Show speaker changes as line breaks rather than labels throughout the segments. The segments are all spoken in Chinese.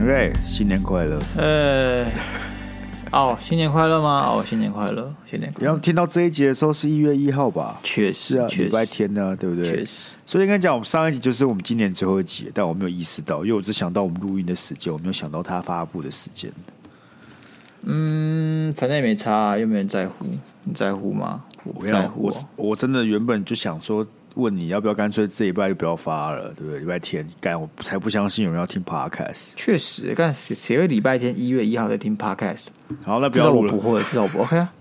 OK，新年快乐！
呃，哦，新年快乐吗？哦，新年快乐，新年快
然
乐。
后听到这一集的时候是一月一号吧？
确
是
实，
啊，
确
礼拜
实，
天呢、对不
确
对？
实，
所以应该讲，我们上一集就是我们今年最后一集，但我没有意识到，因为我只想到我们录音的时间，我没有想到它发布的时间。
嗯，反正也没差、啊，又没人在乎，你在乎吗？我不
我
在
想，
乎、
我
啊。
我真的原本就想说，问你要不要干脆这礼拜就不要发了，对不对？礼拜天干，我才不相信有人要听 Podcast。
确实，但谁谁会礼拜天一月一号在听 podcast？
好，那不
至
要
少
录
我
了
不会，至少我不 OK 啊。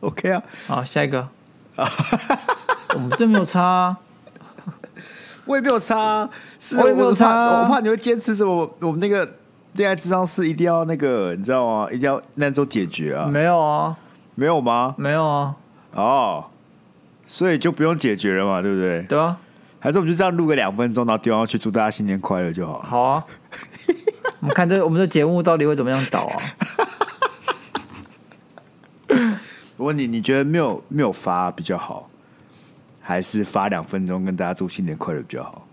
，OK 啊？
好，下一 个。我们这没有差、啊，
我也没有差啊，是
我也没有差
我
啊
怕我怕你会坚持什么？我们那个恋爱智商是一定要那个，你知道吗？一定要那周解决啊？
没有啊，
没有吗？
没有啊，
哦，所以就不用解决了嘛，对不对？
对啊，
还是我们就这样录个两分钟，然后丢上去，祝大家新年快乐就好了。
好啊。我们看这我们的节目到底会怎么样导啊？
我问你，你觉得没有没有发比较好，还是发两分钟跟大家祝新年快乐比较好？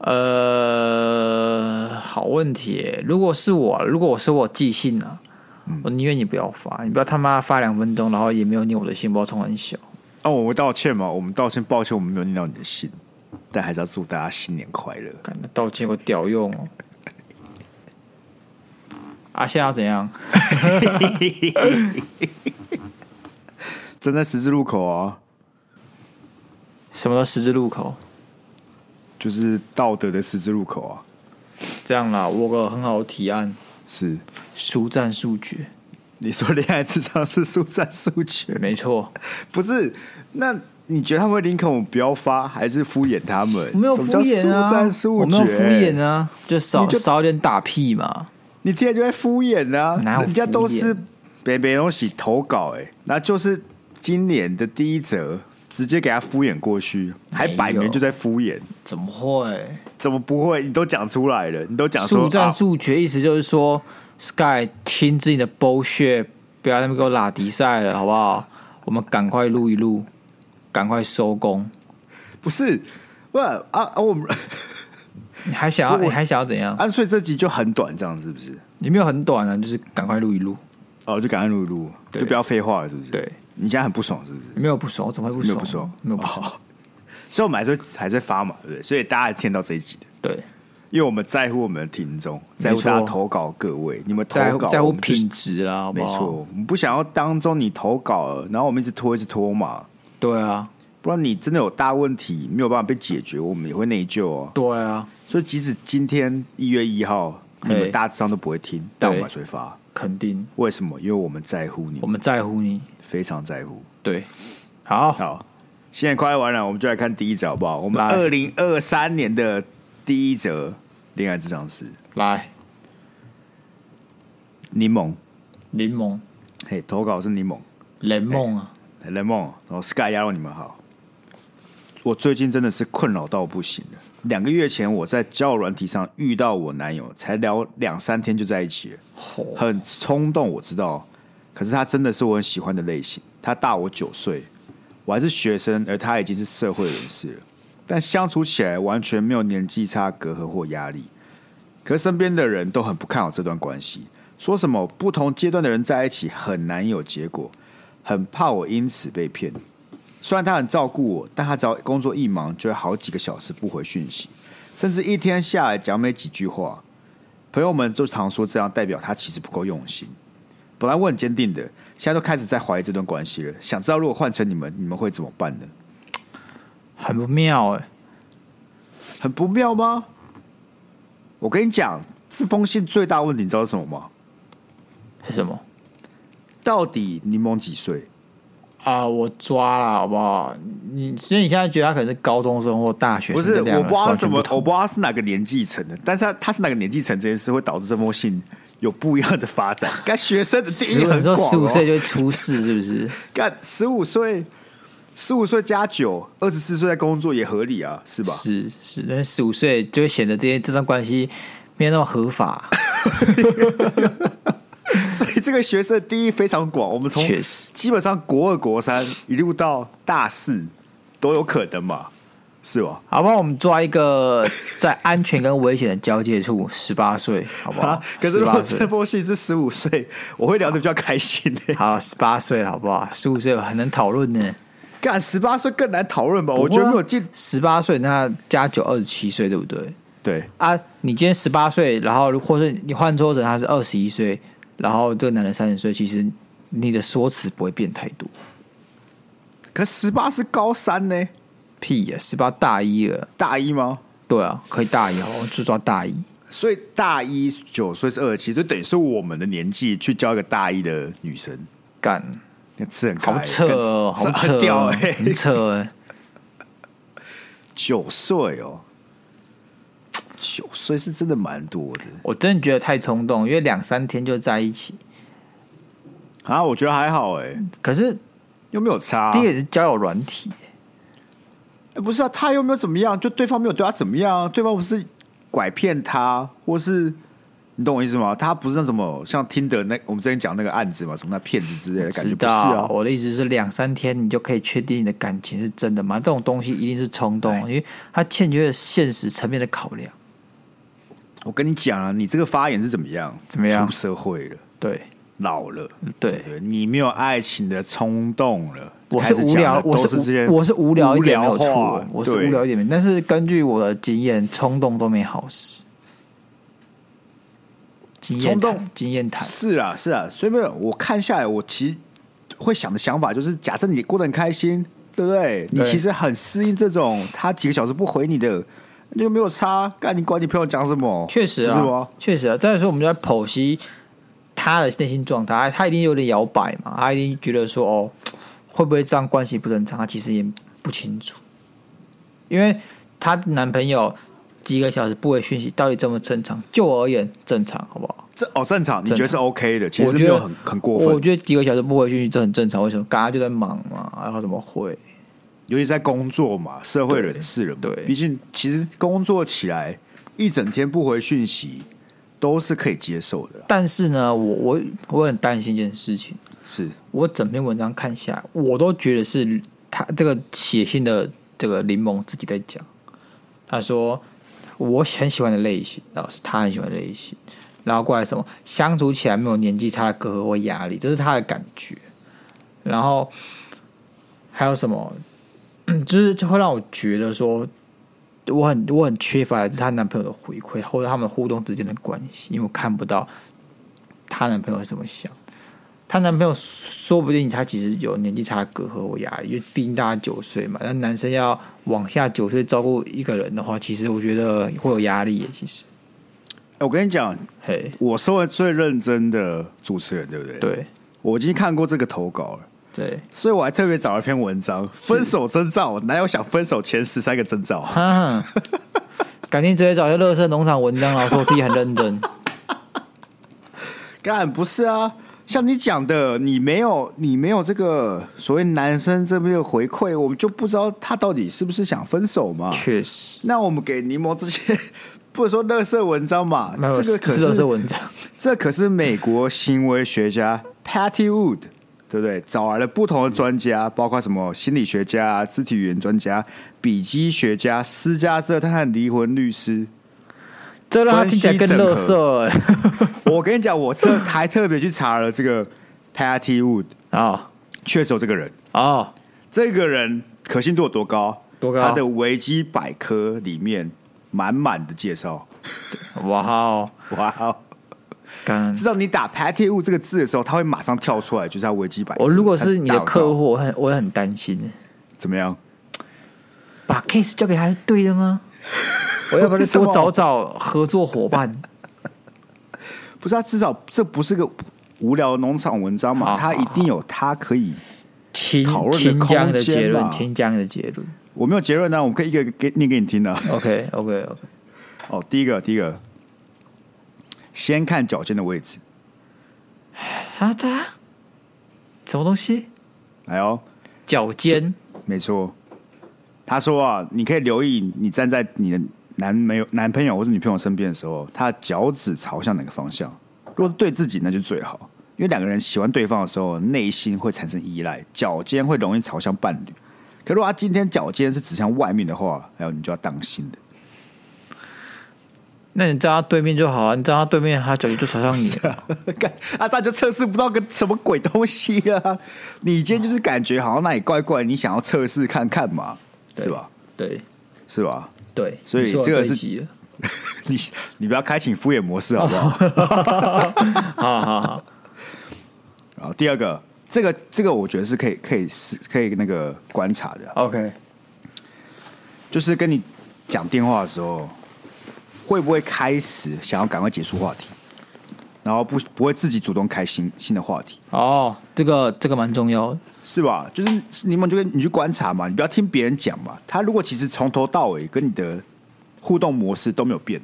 呃，好问题耶。如果是我，如果我是我寄信啊，
嗯
我宁愿你不要发，你不要他妈发两分钟，然后也没有念我的信，包从很小。
那、啊我们道歉嘛，我们道歉，抱歉，我们没有念到你的信，但还是要祝大家新年快乐。
感觉道歉有个屌用哦。啊，现在要怎样？
站在十字路口啊，
什么十字路口？
就是道德的十字路口啊，
这样啦，我有个很好的提案，
是
速战速决。
你说恋爱智商是速战速决，
没错，
不是？那你觉得他们会林肯我们不要发，还是敷衍他们？
我没有
什
敷
么叫
衍啊，
速战速
我
决，
没有敷衍啊，就少
你就
少点打屁嘛。
你听起来就在敷衍啊！
哪有
人家都是
敷衍
北北东西投稿、欸，哎，那就是今年的第一则，直接给他敷衍过去，还摆明就在敷衍，
怎么会？
怎么不会？你都讲出来了，你都讲说
速战
啊，
速决，意思就是说，Sky 听自己的 bullshit，不要在那边给我拉迪赛了，好不好？我们赶快录一录，赶快收工。
不是，不是啊啊！我们
你还想要？
不我
你还想要怎样？
啊，所以这集就很短，这样是不是？
也没有很短啊，就是赶快录一录。
哦，就赶快录一录，
对
就不要废话了，是不是？
对，
你现在很不爽，是不是？
没有不爽，我怎么会不
没
爽？
有不爽，
没有不爽。
哦。所以我们还是会还是会发嘛，对不对？所以大家还听到这一集的。
对，
因为我们在乎我们的听众，在
没
乎
错
大家投稿各位，你们投
在乎
稿
在乎
我们就是
品哦质啦，好不
没
好？
错，我们不想要当中你投稿了，然后我们一直拖一直拖嘛，
对啊，
不然你真的有大问题没有办法被解决，我们也会内疚哦。
对啊，
所以即使今天一月一号，你
嘿
们大致上都不会听，但我们还是会发。
肯定
为什么？因为我们在乎你
我，们在乎你。
非常在乎。
对，好，
好，现在快完了，我们就来看第一则好不好？我们
来
二零二三年的第一则恋爱智商是
来，
柠檬，
柠檬
嘿，投稿是柠檬。
柠檬啊，
雷梦，然后 Sky 鸭肉，你们好。我最近真的是困扰到不行了。两个月前我在交友软体上遇到我男友，才聊两三天就在一起了，
吼
很冲动，我知道。可是他真的是我很喜欢的类型，他大我九岁，我还是学生，而他已经是社会人士了。但相处起来完全没有年纪差隔阂或压力。可是身边的人都很不看好这段关系，说什么不同阶段的人在一起很难有结果，很怕我因此被骗。虽然他很照顾我，但他只要工作一忙，就会好几个小时不回讯息，甚至一天下来讲没几句话。朋友们就常说这样代表他其实不够用心。本来我很坚定的，现在都开始在怀疑这段关系了。想知道如果换成你们，你们会怎么办呢？
很不妙哎、
很不妙吗？我跟你讲，这封信最大问题你知道是什么吗？
是什么？
到底柠檬几岁？
啊，我抓了，好不好？你所以你现在觉得他可能是高中生或大学
不
生，
是，
这两
我
个
不知道
完
什
全
么，
同
我不知道是哪个年纪层的，但是他他是哪个年纪层这件事会导致这封信有不一样的发 展。干学生的定
十
义
五
很
你说
广、哦，
十五岁就会出事，是 不是？
干十五岁，十五岁加九，二十四岁在工作也合理啊，是吧？
是是，但十五岁就会显得这些这段关系没有那么合法。
所以这个学生的定义非常广，我们从
确实
基本上国二、国三一路到大四都有可能嘛，是吧？
好不好？我们抓一个在安全跟危险的交界处，十八岁，好不好
啊，？ 可是
十
如果
八
这
岁，
封信是十五岁，我会聊得比较开心的、
好，十八岁，好不好？十五岁很能讨论呢。
干十八岁更难讨论吧？我觉得没有进
十八岁，那加九二十七岁，对不对？
对
啊，你今天十八岁，然后或是你换作者他是二十一岁，然后这个男人三十岁，其实你的说辞不会变太多。
可十八是高三呢，
屁呀、十八大一了，
大一吗？
对啊，可以大一哦，就抓大一。
所以大一九岁是二十七，就等于是我们的年纪去教一个大一的女生，
干，
那是很开
好扯哦，
更
好
这
扯、
很屌
哦，
哎、
很扯、欸。
九岁哦，九岁是真的蛮多的
我真的觉得太冲动，因为两三天就在一起。
啊，我觉得还好哎、
可是
又没有差、
第一个是交友软体，
欸不是啊，他又没有怎么样，就对方没有对他怎么样啊，对方不是拐骗他，或是你懂我意思吗？他不是那什么像听的那我们之前讲那个案子嘛，什么那骗子之类的感
知
觉不是啊
道？。我的意思是，两三天你就可以确定你的感情是真的吗？这种东西一定是冲动，因为它欠缺了现实层面的考量。
我跟你讲啊，你这个发言是怎么样？
怎么样
出社会了，
对
老了，
对，
对你没有爱情的冲动了。
我是
开始
无
讲
聊
的，
我
都
是
是这些
无我是无聊一点没有
无
错
聊话，
我是
对
无聊一点没。但是根据我的经验，冲动都没好事。经验
冲动
谈经验谈，
是啊，是啊，所以没有我看下来，我其实会想的想法就是，假设你过得很开心，对不对？你其实很适应这种他几个小时不回你的，那就没有差，干你管你朋友讲什么？
确实
不是吗
啊？，确实啊。但是我们就在剖析他的内心状态，他一定有点摇摆嘛，他一定觉得说哦，会不会这样关系不正常？他其实也不清楚，因为她男朋友几个小时不回讯息，到底正不正常？就我而言，正常，好不好？
这哦正常，你
正
觉得是 OK 的，其实没有很很过
我
分，
觉得嗯几个小时不回讯息这很正常，为什么？刚刚就在忙嘛，然后怎么会？
尤其在工作嘛，社会人士了嘛，
对对
毕竟其实工作起来一整天不回讯息都是可以接受的啦，
但是呢，我我我很担心一件事情，
是
我整篇文章看下来，我都觉得是他这个写信的这个柠檬自己在讲。他说我很喜欢的类型，然后是他很喜欢的类型，然后过来什么相处起来没有年纪差的隔阂或压力，这是他的感觉。然后还有什么， 嗯就是就会让我觉得说。我很我很缺乏来自她男朋友的回馈，或者他们互动之间的关系，因为我看不到她男朋友是怎么想。她男朋友说不定他其实有年纪差的隔阂或压力，因为毕竟大家九岁嘛。那男生要往下九岁照顾一个人的话，其实我觉得会有压力耶。其实，
哎我跟你讲，
嘿，
我身为最认真的主持人，对不对？，
对
我已经看过这个投稿了。
对，
所以我还特别找了一篇文章，分手征兆，哪有想分手前十三个征兆啊？
哈，改天直接找一些乐色农场文章，然后说我自己很 认真。
干不是啊，像你讲的，你没有你没有这个所谓男生这边的回馈，我们就不知道他到底是不是想分手嘛。
确实，
那我们给柠檬这些，不能说乐色文章 嘛，
没有
这个可
乐色
是
文章，
这可是美国行为学家 Patty Wood。对不对？找来了不同的专家，
嗯
包括什么心理学家啊、肢体语言专家、笔迹学家、私家侦探、离婚律师，
这让他听起来更乐色哎
我跟你讲，我这还特别去查了这个 Patty Wood，
啊
确实有这个人。
哦，
这个人可信度有多高？
多高
他的维基百科里面满满的介绍。
哇哦，
哇哦！
干
至少你打 Patty Wood 这个字的时候，他会马上跳出来，就是他维基百科。
我哦如果是你的客
户，
户，我很我会很担心耶。
怎么样？
把 case 交给他是对的吗？ 我要不要再多找找合作伙伴？
不是啊，至少这不是个无聊的农场文章嘛，
好
他一定有他可以。
请
讨论的
请这
空
样的
间
结论，
吧
请这样的结论。
我没有结论呢、啊，我可以一个一个给念给你听的、
OK OK OK，
哦，第一个，第一个，先看脚尖的位置。
他他什么东西？
来哦，
脚尖
没错，他说啊，你可以留意你站在你的男朋友、男朋友或者女朋友身边的时候，他的脚趾朝向哪个方向。如果对自己那就最好，因为两个人喜欢对方的时候，内心会产生依赖，脚尖会容易朝向伴侣。可如果他今天脚尖是指向外面的话，还有你就要当心的。
那你站他对面就好啊了，你站他对面，他脚就朝向你了。
干啊，这样就测试不到个什么鬼东西了啊、你今天就是感觉好像那里怪怪，你想要测试看看嘛，
对
是吧？
对
是吧？
对，
所以
你说得
这个是
对 极了
你你不要开启敷衍模式好不好？
好好好，
然后第二个，这个这个我觉得是可以可以是可以那个观察的啊，
OK，
就是跟你讲电话的时候，会不会开始想要赶快结束话题，然后不不会自己主动开新新的话题，
哦，这个这个蛮重要的，
是吧？就是你们就跟你去观察嘛，你不要听别人讲嘛。他如果其实从头到尾跟你的互动模式都没有变，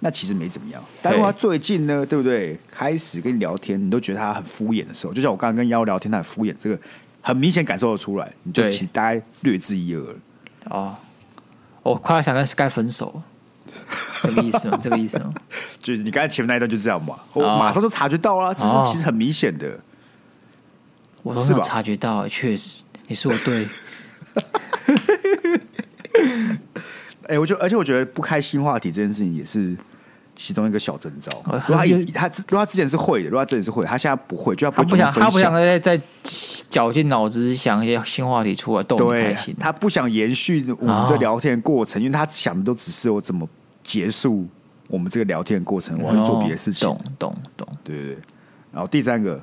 那其实没怎么样。但如果他最近呢，对不对？开始跟你聊天，你都觉得他很敷衍的时候，就像我刚刚跟幺聊天，他很敷衍，这个很明显感受得出来，你就
对
其实大概略知一二了。
哦，我快要想跟 Sky 分手 了，这个意思吗？这个意思吗？
就是你刚才前面那一段就这样嘛，我
哦
马上就察觉到啦，这
哦
是其实很明显的。
我都
是
没
吧
有察觉到、欸，确实，你是我对，
哎、我觉得，而且我觉得不开新话题这件事情也是其中一个小征兆。
哦
如果他
他
以他之如果他之前是会的，如果他之前是会，他现在不会，就他不会
他不想，
主动分
他不想
享
再再绞尽脑汁想一些新话题出来逗你开
对啊
心，。哦
他不想延续我们这聊天的过程，因为他想的都只是我怎么结束我们这个聊天的过程，我要去做别的事情。
哦懂懂懂。
对对对。然后第三个，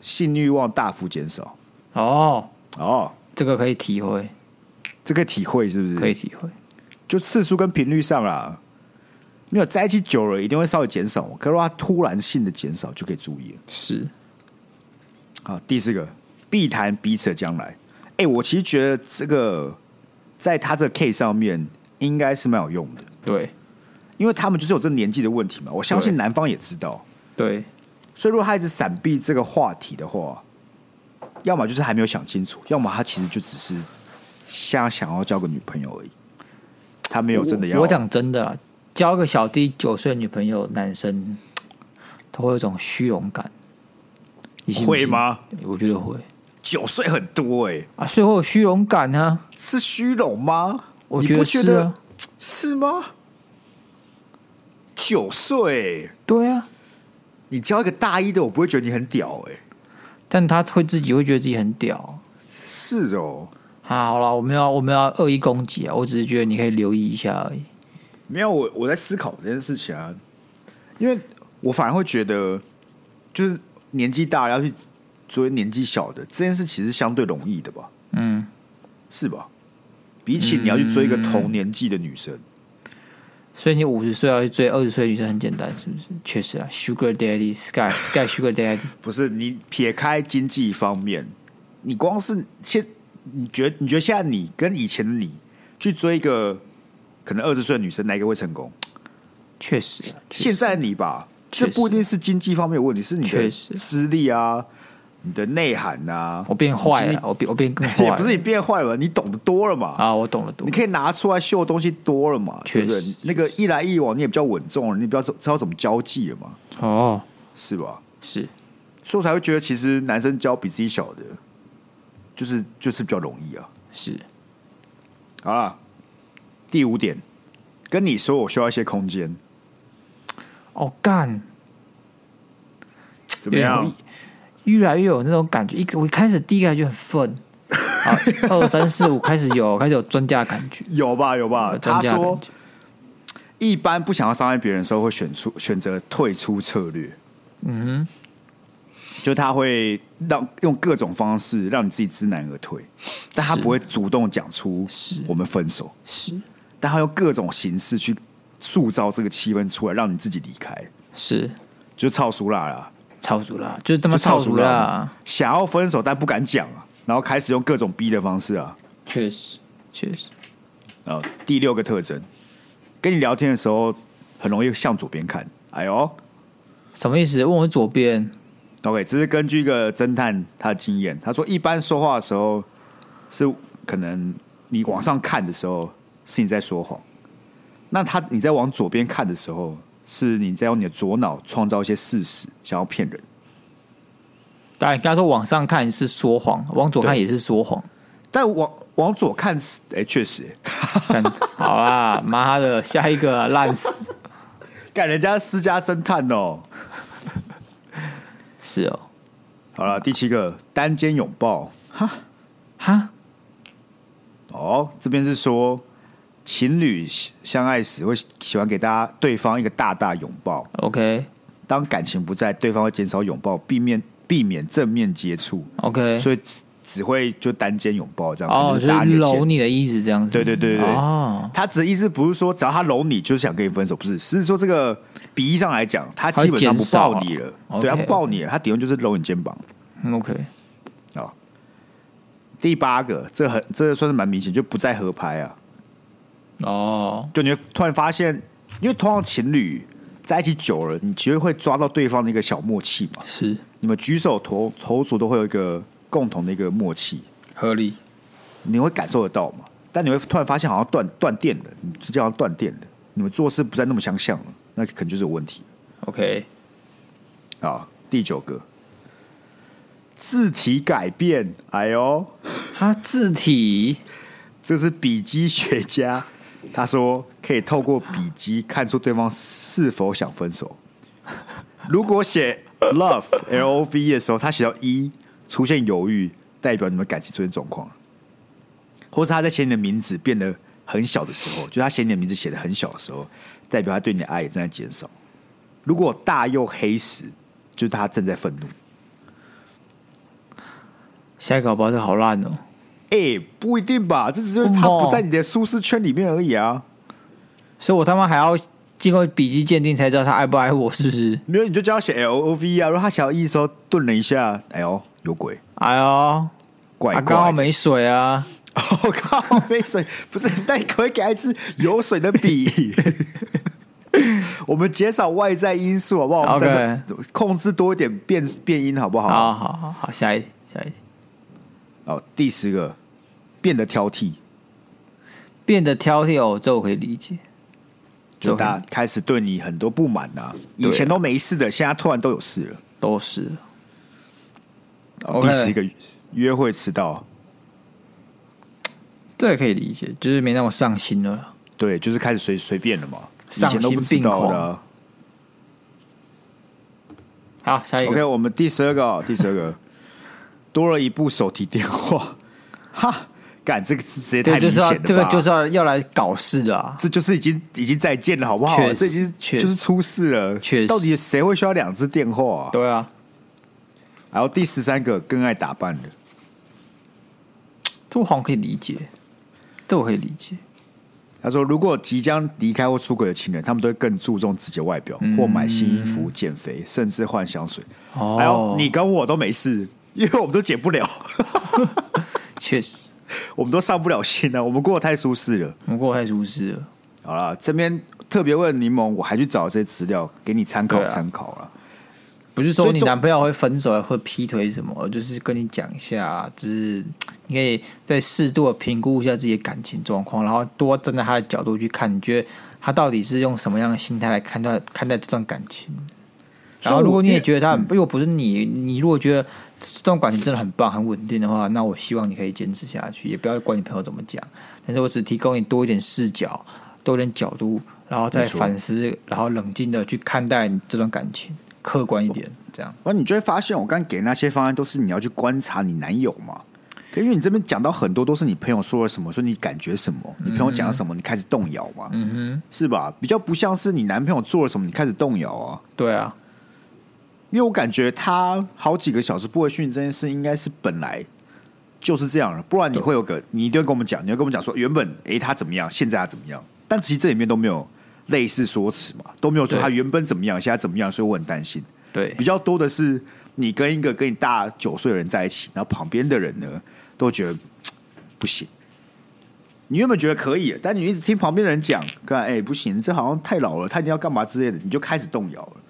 性欲望大幅减少。
哦，
哦，
这个可以体会，
这个体会是不是？
可以体会。
就次数跟频率上啦。没有在一起久了，一定会稍微减少。可是他突然性的减少，就可以注意了。
是，
好，第四个，必谈彼此的将来。哎、我其实觉得这个在他这个 case 上面应该是蛮有用的，
对
因为他们就是有这年纪的问题嘛。我相信
对
男方也知道，
对
所以如果他一直闪避这个话题的话，要么就是还没有想清楚，要么他其实就只是瞎想要交个女朋友而已，他没有真的要。
我我讲真的啦，交个小弟九岁的女朋友，男生都会有种虚荣感。你信不
会
信
吗？
我觉得会
九岁很多哎、
啊，所以会有虚荣感啊。
是虚荣吗？
我
你
觉
不
得
觉
是
得
啊，
是吗？九岁，
对啊，
你教一个大一的，我不会觉得你很屌哎、
但他会自己会觉得自己很屌
是哦，
啊。好了，我们要我们要恶意攻击啊，我只是觉得你可以留意一下而已。
没有我我在思考这件事情啊，因为我反而会觉得，就是年纪大要去追年纪小的这件事，其实相对容易的吧？
嗯，
是吧？比起你要去追一个同年纪的女生，
所以你五十岁要去追二十岁的女生很简单，是不是？确实啊，Sugar Daddy Sky Sky Sugar Daddy，
不是你撇开经济方面，你光是现，你觉你觉得现在你跟以前的你去追一个可能二十岁的女生，哪一个会成功？
确实啊，确
现
实
在你吧，
确
这
实
不一定是经济方面的问题，是你的
确实
资历啊，你的内涵啊。
我变坏
你
了，我变我变更坏
也
了，
不是你变坏了，你懂得多了嘛？
啊，我懂了，懂
你
了。
可以拿出来秀的东西多了嘛？对
确
不
实
对？那个一来一往，你也比较稳重了，你比较知道怎么交际了嘛？
哦，
是吧？
是
所以我才会觉得，其实男生交比自己小的，就是就是比较容易啊。
是，
好啦，第五点，跟你说我需要一些空间，
哦干，
怎么样？
越来越有那种感觉。一我一开始第一个就很 愤，啊，二三四五开始有开始有专家的感觉，
有吧，有吧。他
有专家的
说
感，觉，
一般不想要伤害别人的时候，会选出选择退出策略。
嗯
就他会让用各种方式让你自己知难而退，但他
是
不会主动讲出
是
我们分手，
哼，是
但他用各种形式去塑造这个气氛出来，让你自己离开，
是
就超熟辣啦。
超主啦，就是他妈
就
超
超熟
主
了
啦，，
想要分手但不敢讲啊，然后开始用各种逼的方式啊。
确实确实，
然后第六个特征，跟你聊天的时候很容易向左边看。哎呦
什么意思？问我左边
，OK，这是根据一个侦探他的经验，他说一般说话的时候是可能你往上看的时候是你在说谎，那他你在往左边看的时候是你在用你的左脑创造一些事实，想要骗人。
当然，刚才说往上看是说谎，往左看也是说 谎。
但往往左看是，哎、确实、欸，
干好啦，妈的，下一个啊烂死。
干人家私家侦探哦。
是哦，
好了，第七个单肩拥抱。
哈，
哦，这边是说情侣相爱时会喜欢给大家对方一个大大拥抱，
OK
当感情不在，对方会减少拥抱，避免避免正面接触，
OK，
所以只只会就单肩拥抱这样，
哦，
可能
就
打
是
你的
搂
肩。
你的意思这样子。
对对对对对
哦，
他只意思不是说只要他搂你就是想跟你分手，不是，是说这个比喻上来讲，他基本上不抱你了，
他会减少哦
对，他
OK
不抱你了，他顶多就是搂你肩膀。
嗯 OK，
第八个，这很这算是蛮明显，就不再合拍啊。
哦，
就你会突然发现，因为通常情侣在一起久了，你其实会抓到对方的一个小默契嘛。
是
你们举手投投足都会有一个共同的一个默契，
合理。
你会感受得到嘛？但你会突然发现好像断断电了，你们之间好像断电了，你们做事不再那么相像了，那可能就是有问题
OK，
啊。第九个，字体改变，哎呦，
它字体
这是笔迹学家， 他说可以透过笔迹看出对方是否想分手。如果写 love l o v e 的时候，他写到一出现犹豫，代表你们感情出现状况了；或是他在写你的名字变得很小的时候，就他写你的名字写的很小的时候，代表他对你的爱也正在减少。如果大又黑时，就是他正在愤怒。
下一个好不好？这好烂哦。
哎、不一定吧，这只是他不在你的舒适圈里面而已啊。
所以我他妈还要经过笔迹鉴定才知道他爱不爱我，是不是？
没有，你就叫他写 L O V 啊。如果他小 E 的时候顿了一下，哎呦，有鬼，
哎呦，啊，
怪怪的。哦
刚 好没水啊，
我靠，没水，不是，那你可不可以给他一支有水的 笔？我们减少外在因素好不好？我们
OK
再控制多一点变变音好不好？
哦好好好好，下一题下一题
哦，第十个，变得挑剔，
变得挑剔哦，这我可以理解。
就
对
大家开始对你很多不满呐、
对
以
啊
前都没事的，现在突然都有事了。
都是
哦
OK
第十个，约会迟到，
这也可以理解，就是没那么上心了啦。
对，就是开始随随便了嘛，以
丧
前都不
心
知
病
道的
狂
啊、
好，下一个
OK，我们第十二个、哦，第十二个多了一部手提电话， 哈，干这个直接
这
太
个
明
就是
显
要
了吧
这个就是要要来搞事的啊！
这就是已经已经再见了，好不好
确？实
这已经
确实
就是出事了，
确实
到底谁会需要两只电话、啊？
对啊，
然后第十三个更爱打扮的，
这我好像可以理解，这我可以理解。
他说如果即将离开或出轨的情人，他们都会更注重自己的外表，或买新衣服、减肥，甚至换香水。
嗯哦
还有你跟我都没事，因为我们都减不了，
确实，
我们都上不了心啊，我们过得太舒适了。
不过太舒适了。
好啦，这边特别问柠檬，我还去找这些资料给你参考
对啊
参考了。
不是
所
说
以
你
重
男朋友会分手或劈腿什么，就是跟你讲一下啦，就是你可以再适度的评估一下自己的感情状况，然后多站在他的角度去看，你觉得他到底是用什么样的心态来看待看待这段感情。然后，如果你也觉得他，
嗯
如果不是你，你如果觉得这段感情真的很棒、很稳定的话，那我希望你可以坚持下去，也不要管你朋友怎么讲。但是我只提供你多一点视角，多一点角度，然后再
没错
反思，然后冷静的去看待你这段感情，客观一点，这样。
而你就会发现，我刚给那些方案都是你要去观察你男友嘛。可因为你这边讲到很多都是你朋友说了什么，说你感觉什么，你朋友讲了什么，你开始动摇嘛，
嗯
是吧？比较不像是你男朋友做了什么，你开始动摇啊。
哼，对啊，
因为我感觉他好几个小时不回讯这件事，应该是本来就是这样了，不然你会有个，你一定会跟我们讲，你会跟我们讲说，原本诶、他怎么样，现在他怎么样，但其实这里面都没有类似说辞嘛，都没有说
对
他原本怎么样，现在怎么样，所以我很担心。
对
比较多的是你跟一个跟你大九岁的人在一起，然后旁边的人呢都觉得嘖不行。你原本觉得可以，但你一直听旁边的人讲，看，哎、不行，这好像太老了，他一定要干嘛之类的，你就开始动摇了。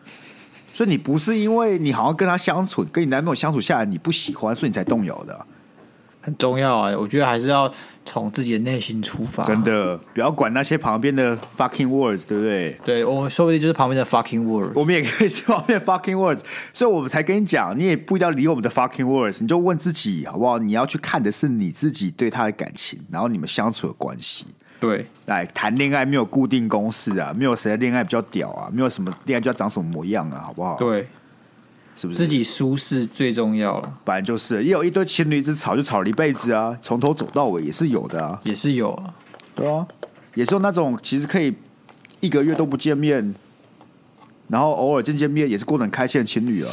所以你不是因为你好像跟他相处，跟你男朋友相处下来你不喜欢，所以你才动摇的啊、
很重要啊。我觉得还是要从自己的内心出发。啊
真，的不要管那些旁边的 fucking words，对不对？
对我们说不定就是旁边的 fucking word。
我们也可以是旁边 fucking words，所以我们才跟你讲，你也不一定要理我们的 fucking words，你就问自己好不好？你要去看的是你自己对他的感情，然后你们相处的关系。
对，
来谈恋爱没有固定公式啊，没有谁的恋爱比较屌啊，没有什么恋爱就要长什么模样啊，好不好？
对
是不是？
自己舒适最重要了，
本来就是，也有一堆情侣一直吵就吵了一辈子啊，从头走到尾也是有的啊，
也是有啊。
对啊，也是有那种其实可以一个月都不见面，然后偶尔见见面也是过得很开心的情侣啊。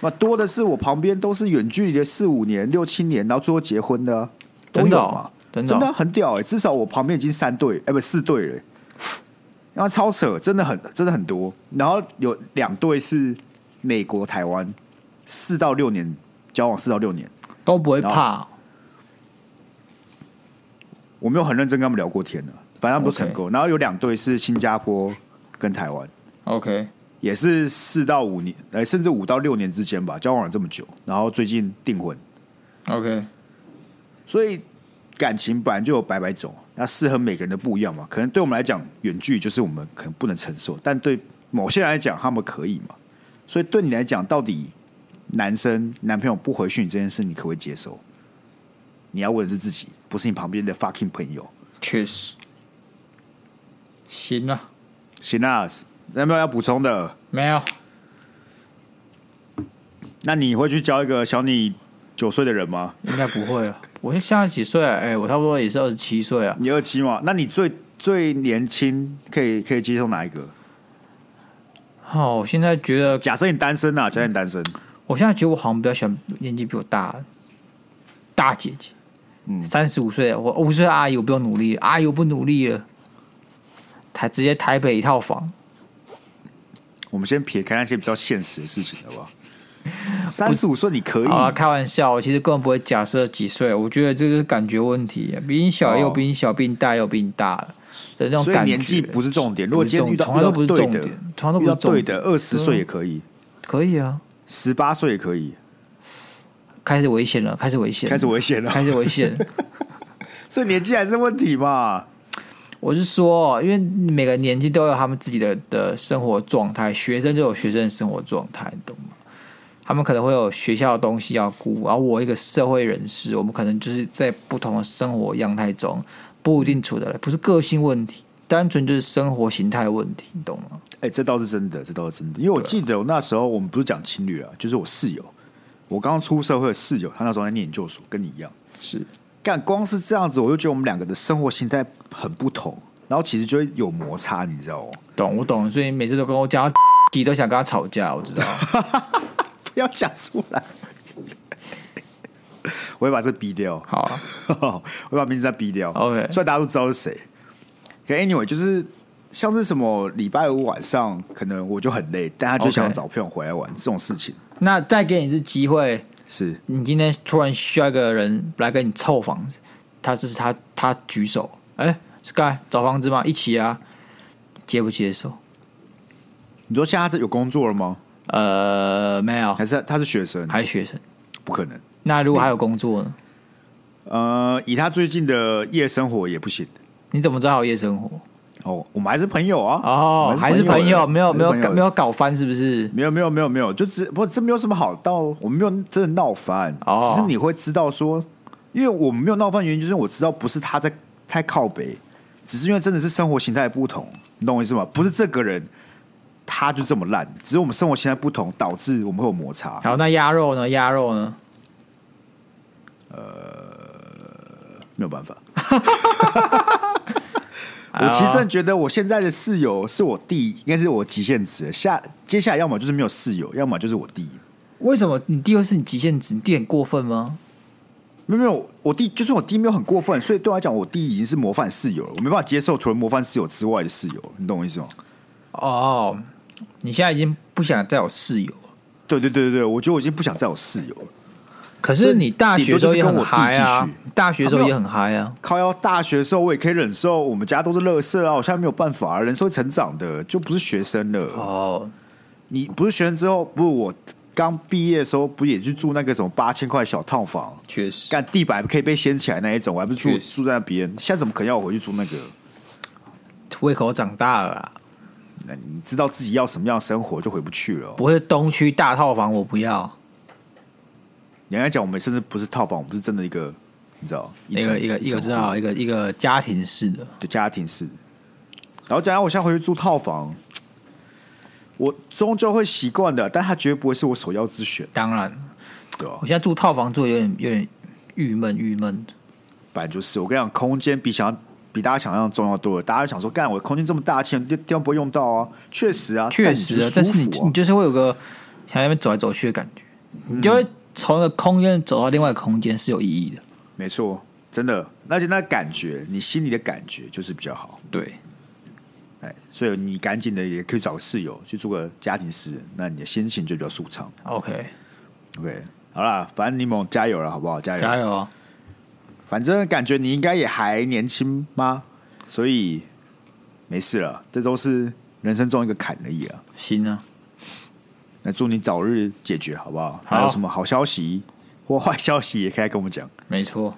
那多的是我旁边都是远距离的四五年、六七年，然后最后结婚的啊、都
真的
有
哦
嘛，
真的哦
真的很屌哎、至少我旁边已经三对，哎、不四对了、欸，然后超扯，真的很真的很多。然后有两对是美国、台湾，四到六年交往，四到六年，
都不会怕哦、
我没有很认真跟他们聊过天的、啊反正他们都成功。然后有两对是新加坡跟台湾，
OK，
也是四到五年，呃，甚至五到六年之间吧，交往了这么久，然后最近订婚，
OK，
所以感情本来就有百百种，那适合每个人的不一样嘛。可能对我们来讲，远距就是我们可能不能承受，但对某些人来讲，他们可以嘛。所以对你来讲，到底男生男朋友不回讯你这件事，你可不可以接受？你要问的是自己，不是你旁边的 fucking 朋友。
确实，行了，
行啊，有没有要补充的？
没有，
那你会去教一个小你九岁的人吗？
应该不会了。我现在几岁啊？哎、我差不多也是二十七岁啊。
你二七嘛？那你最最年轻可以可以接受哪一个？
哦，我现在觉得，
假设你单身啊，假设你单身，
我现在觉得我好像比较喜欢年纪比我大的大姐姐，嗯，三十五岁，我五十岁的阿姨，我不用努力了，阿姨我不努力了，台直接台北一套房，
我们先撇开那些比较现实的事情，好不 好？三十五岁你可以，
好啊，开玩笑，我其实根本不会假设几岁，我觉得这个是感觉问题，比你小又
哦
比你小，比你大又比你大了的那种
所以
感觉。
年纪不是重点。如果今天遇到
从来都不是重
遇到对
点
的，，
从来都
遇
不
到
是重
对
点
的，二十岁也可以，
可以啊，
十八岁也可以，
开始危险了，开始危险 了，
开始危险了。
嗯开始危险。
所以年纪还是问题嘛？
我是说，因为每个年纪都有他们自己的的生活状态，学生就有学生的生活状态，你懂吗？他们可能会有学校的东西要顾，而我一个社会人士，我们可能就是在不同的生活样态中不一定处得来，不是个性问题，单纯就是生活形态问题，你懂吗？
哎、这倒是真的，这倒是真的。因为
啊
我记得我那时候我们不是讲情侣啊，就是我室友，我刚出社会的室友，他那时候在念研究所，跟你一样。
是
干，光是这样子，我就觉得我们两个的生活形态很不同，然后其实就会有摩擦，你知道吗？
懂我懂，所以每次都跟我讲，你都想跟他吵架，我知道。
不要讲出来， 我会把这逼掉，
好啊，
我会把名字再逼掉。
OK
虽然大家都知道是谁，可 anyway 就是像是什么礼拜五晚上，可能我就很累，但他就
OK
想找朋友回来玩这种事情
那再给你一次机会，
是
你今天突然需要一个人来跟你凑房子，他这是他他举手，哎、s k y 找房子吗？一起啊，接不接受？
你说现在他有工作了吗？
呃，没有，
还是他是学生？
还是学生。
不可能。
那如果还有工作呢？
呃，以他最近的夜生活也不行。
你怎么知道还有夜生活？
哦，我们还是朋友啊。我
哦，
们
还是朋友，
的
没有没有
还是朋友
搞
的
没有搞翻是不是？
没有没有没有没有，就只不过这没有什么好到，我们没有真的闹翻，
哦
只是你会知道说，因为我们没有闹翻，原因就是我知道不是他在太靠北，只是因为真的是生活形态不同，你懂我意思吗？不是这个人他就这么烂，只是我们生活形态不同导致我们会有摩擦。
好，那鸭肉呢？鸭肉呢？
没有办 法。我其实真的觉得我现在的室友是我弟，应该是我极限值了。下接下来要么就是没有室友，要么就是我弟。
为什么你弟会是你极限值？你弟很过分吗？
没有没有，我弟就是我弟没有很过分，所以对我来讲，我弟已经是模范室友了，我没办法接受除了模范室友之外的室友，你懂我意思吗？
哦，你现在已经不想再有室友了，
对对对对对，我觉得我已经不想再有室友了。
可是你大学的时候也很
顶
嗨
多就是跟我
啊
弟继续，
大学的时
啊
候
没
也
有
很嗨啊。
靠要大学的时候，我也可以忍受，我们家都是垃圾啊，我现在没有办法、啊，人是会成长的，就不是学生了。
哦，
你不是学生之后，不是我刚毕业的时候不也去住那个什么八千块小套房，
确实，
干地板可以被掀起来那一种，我还不住
确实
住在那边，现在怎么可能要我回去住那个？
胃口长大了啊啦，
那你知道自己要什么样的生活就回不去了哦、
不会东区大套房我不要，
你刚才讲我们甚至不是套房，我们是真的一个，你知道，
一个
层
一个一个
层
知
户
道一个一个家庭式的，
对家庭式。然后讲，我现在回去住套房，我终究会习惯的，但它绝对不会是我首要之选，
当然，
对吧
我？现在住套房住得有点有点郁闷郁闷，
本来就是，我跟你讲，空间比想比大家想象重要多了。大家想说，干我空间这么大，钱地地方不会用到啊？确实啊，
确实的，但是你
舒服
你
啊
就是会有个想在那边走来走去的感觉，你就会从一个空间走到另外一个空间是有意义的，
没错，真的，而且那感觉，你心里的感觉就是比较好。
对，
哎，所以你赶紧的也可以找个室友去住个家庭式，那你的心情就比较舒畅。
OK，
OK，好啦，反正柠檬加油了，好不好？加油！
加油哦！
反正感觉你应该也还年轻吗？所以没事了，这都是人生中一个坎而已啊。
行啊，
那祝你早日解决，好不好？
好
还有什么好消息或坏消息，也可以来跟我们讲。
没错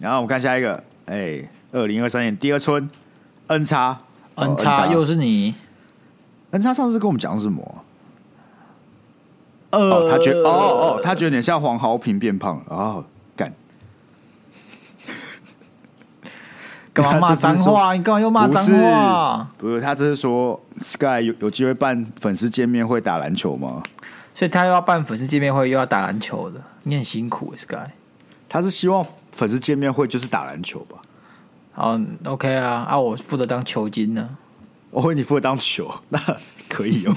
然后我们看下一个，哎，二零二三年第二春，N 哦叉
，N 叉又是你，
N 叉，上次跟我们讲什么？
呃，
哦，他觉得哦哦，他觉得你像黄豪平变胖了，哦，干，
干嘛骂脏话？你干嘛又骂脏话？
不是，他只是说 Sky 有有机会办粉丝见面会打篮球吗？
所以他又要办粉丝见面会，又要打篮球的，你很辛苦欸，Sky。
他是希望粉丝见面会就是打篮球吧？
好，OK 啊，啊，我负责当球精啊呢，
哦，你负责当球， 那可以哦。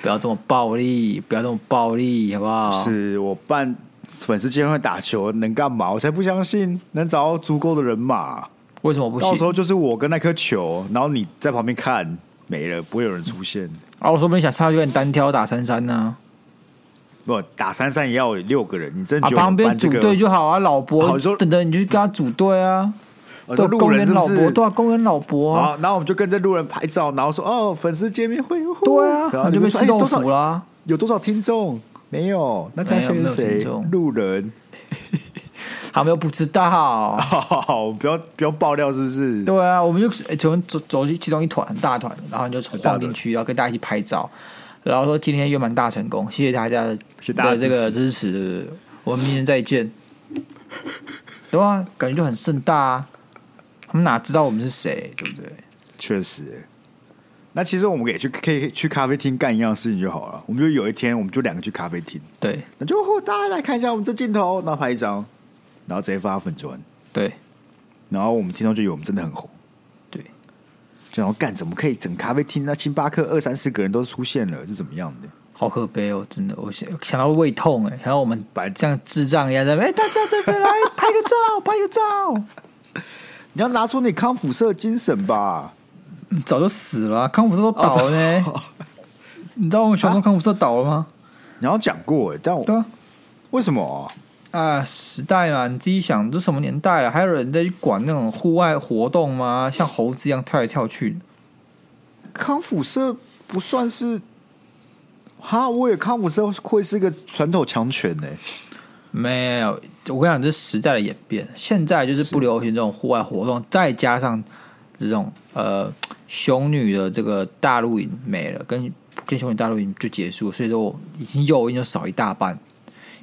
不要这么暴力，不要这么暴力，好不好？
是我办粉丝见面会打球能干嘛？我才不相信能找到足够的人马。
为什么不
到时
行？
候就是我跟那颗球，然后你在旁边看，没了，不会有人出现。
啊，我说不定想差点单挑打三三啊呢，
不打三三也要有六个人，你真
啊
的，觉得我
旁
们
边
办
组
这个？
队就好啊，老
好
伯
你说
等着你去跟他组队啊，
哦
对，
路
公
人
园
是不
老伯，
是？
对啊，公园老伯啊，
好，然后我们就跟着路人拍照，然后说哦，粉丝见面会，呼
对啊，
然后
你就
们
被
说
吃
哎
豆
多少
腐啦，
有多少听众？没有，那这样
没有
是
没有
谁
听众？
路人。
他们又不知道，
好好好，我们不要不要爆料，是不是？
对啊，我们就哎从走走进其中一团很大团，然后你就
大团
晃进去，然后跟大家一起拍照，然后说今天圆满大成功，谢谢大家的
谢谢大家
的这个支持，对对对我们明天再见，对啊，感觉就很盛大啊，他们哪知道我们是谁，对不对？
确实欸。那其实我们也去可以去咖啡厅干一样的事情就好了。啊我们就有一天，我们就两个去咖啡厅，
对
那就哦大家来看一下我们这镜头，然后拍一张，然后直接发粉砖，
对
然后我们听众就以为我们真的很红，
对，
就想说干怎么可以整咖啡厅那星巴克二三十个人都出现了，是怎么样的？
好可悲哦，真的，我想想到胃痛哎，然后我们
白
像智障一样在那边哎，大家这边来拍个照，拍个照，
你要拿出你康复社精神吧。
嗯早就死了啊，康复社都倒了呢，
哦
你知道我
啊
们熊中康复社倒了吗？
你要讲过欸，但我
对啊。
为什么啊？
啊，时代嘛，你自己想，这什么年代了，啊还有人在去管那种户外活动吗？像猴子一样跳来跳去，
康复社不算是？哈，我以为康复社会是一个传统强权呢、
没有。我跟你讲，这是时代的演变，现在就是不流行这种户外活动，再加上这种呃熊女的这个大露营没了，跟跟熊女大露营就结束，所以说我已经诱因就少一大半。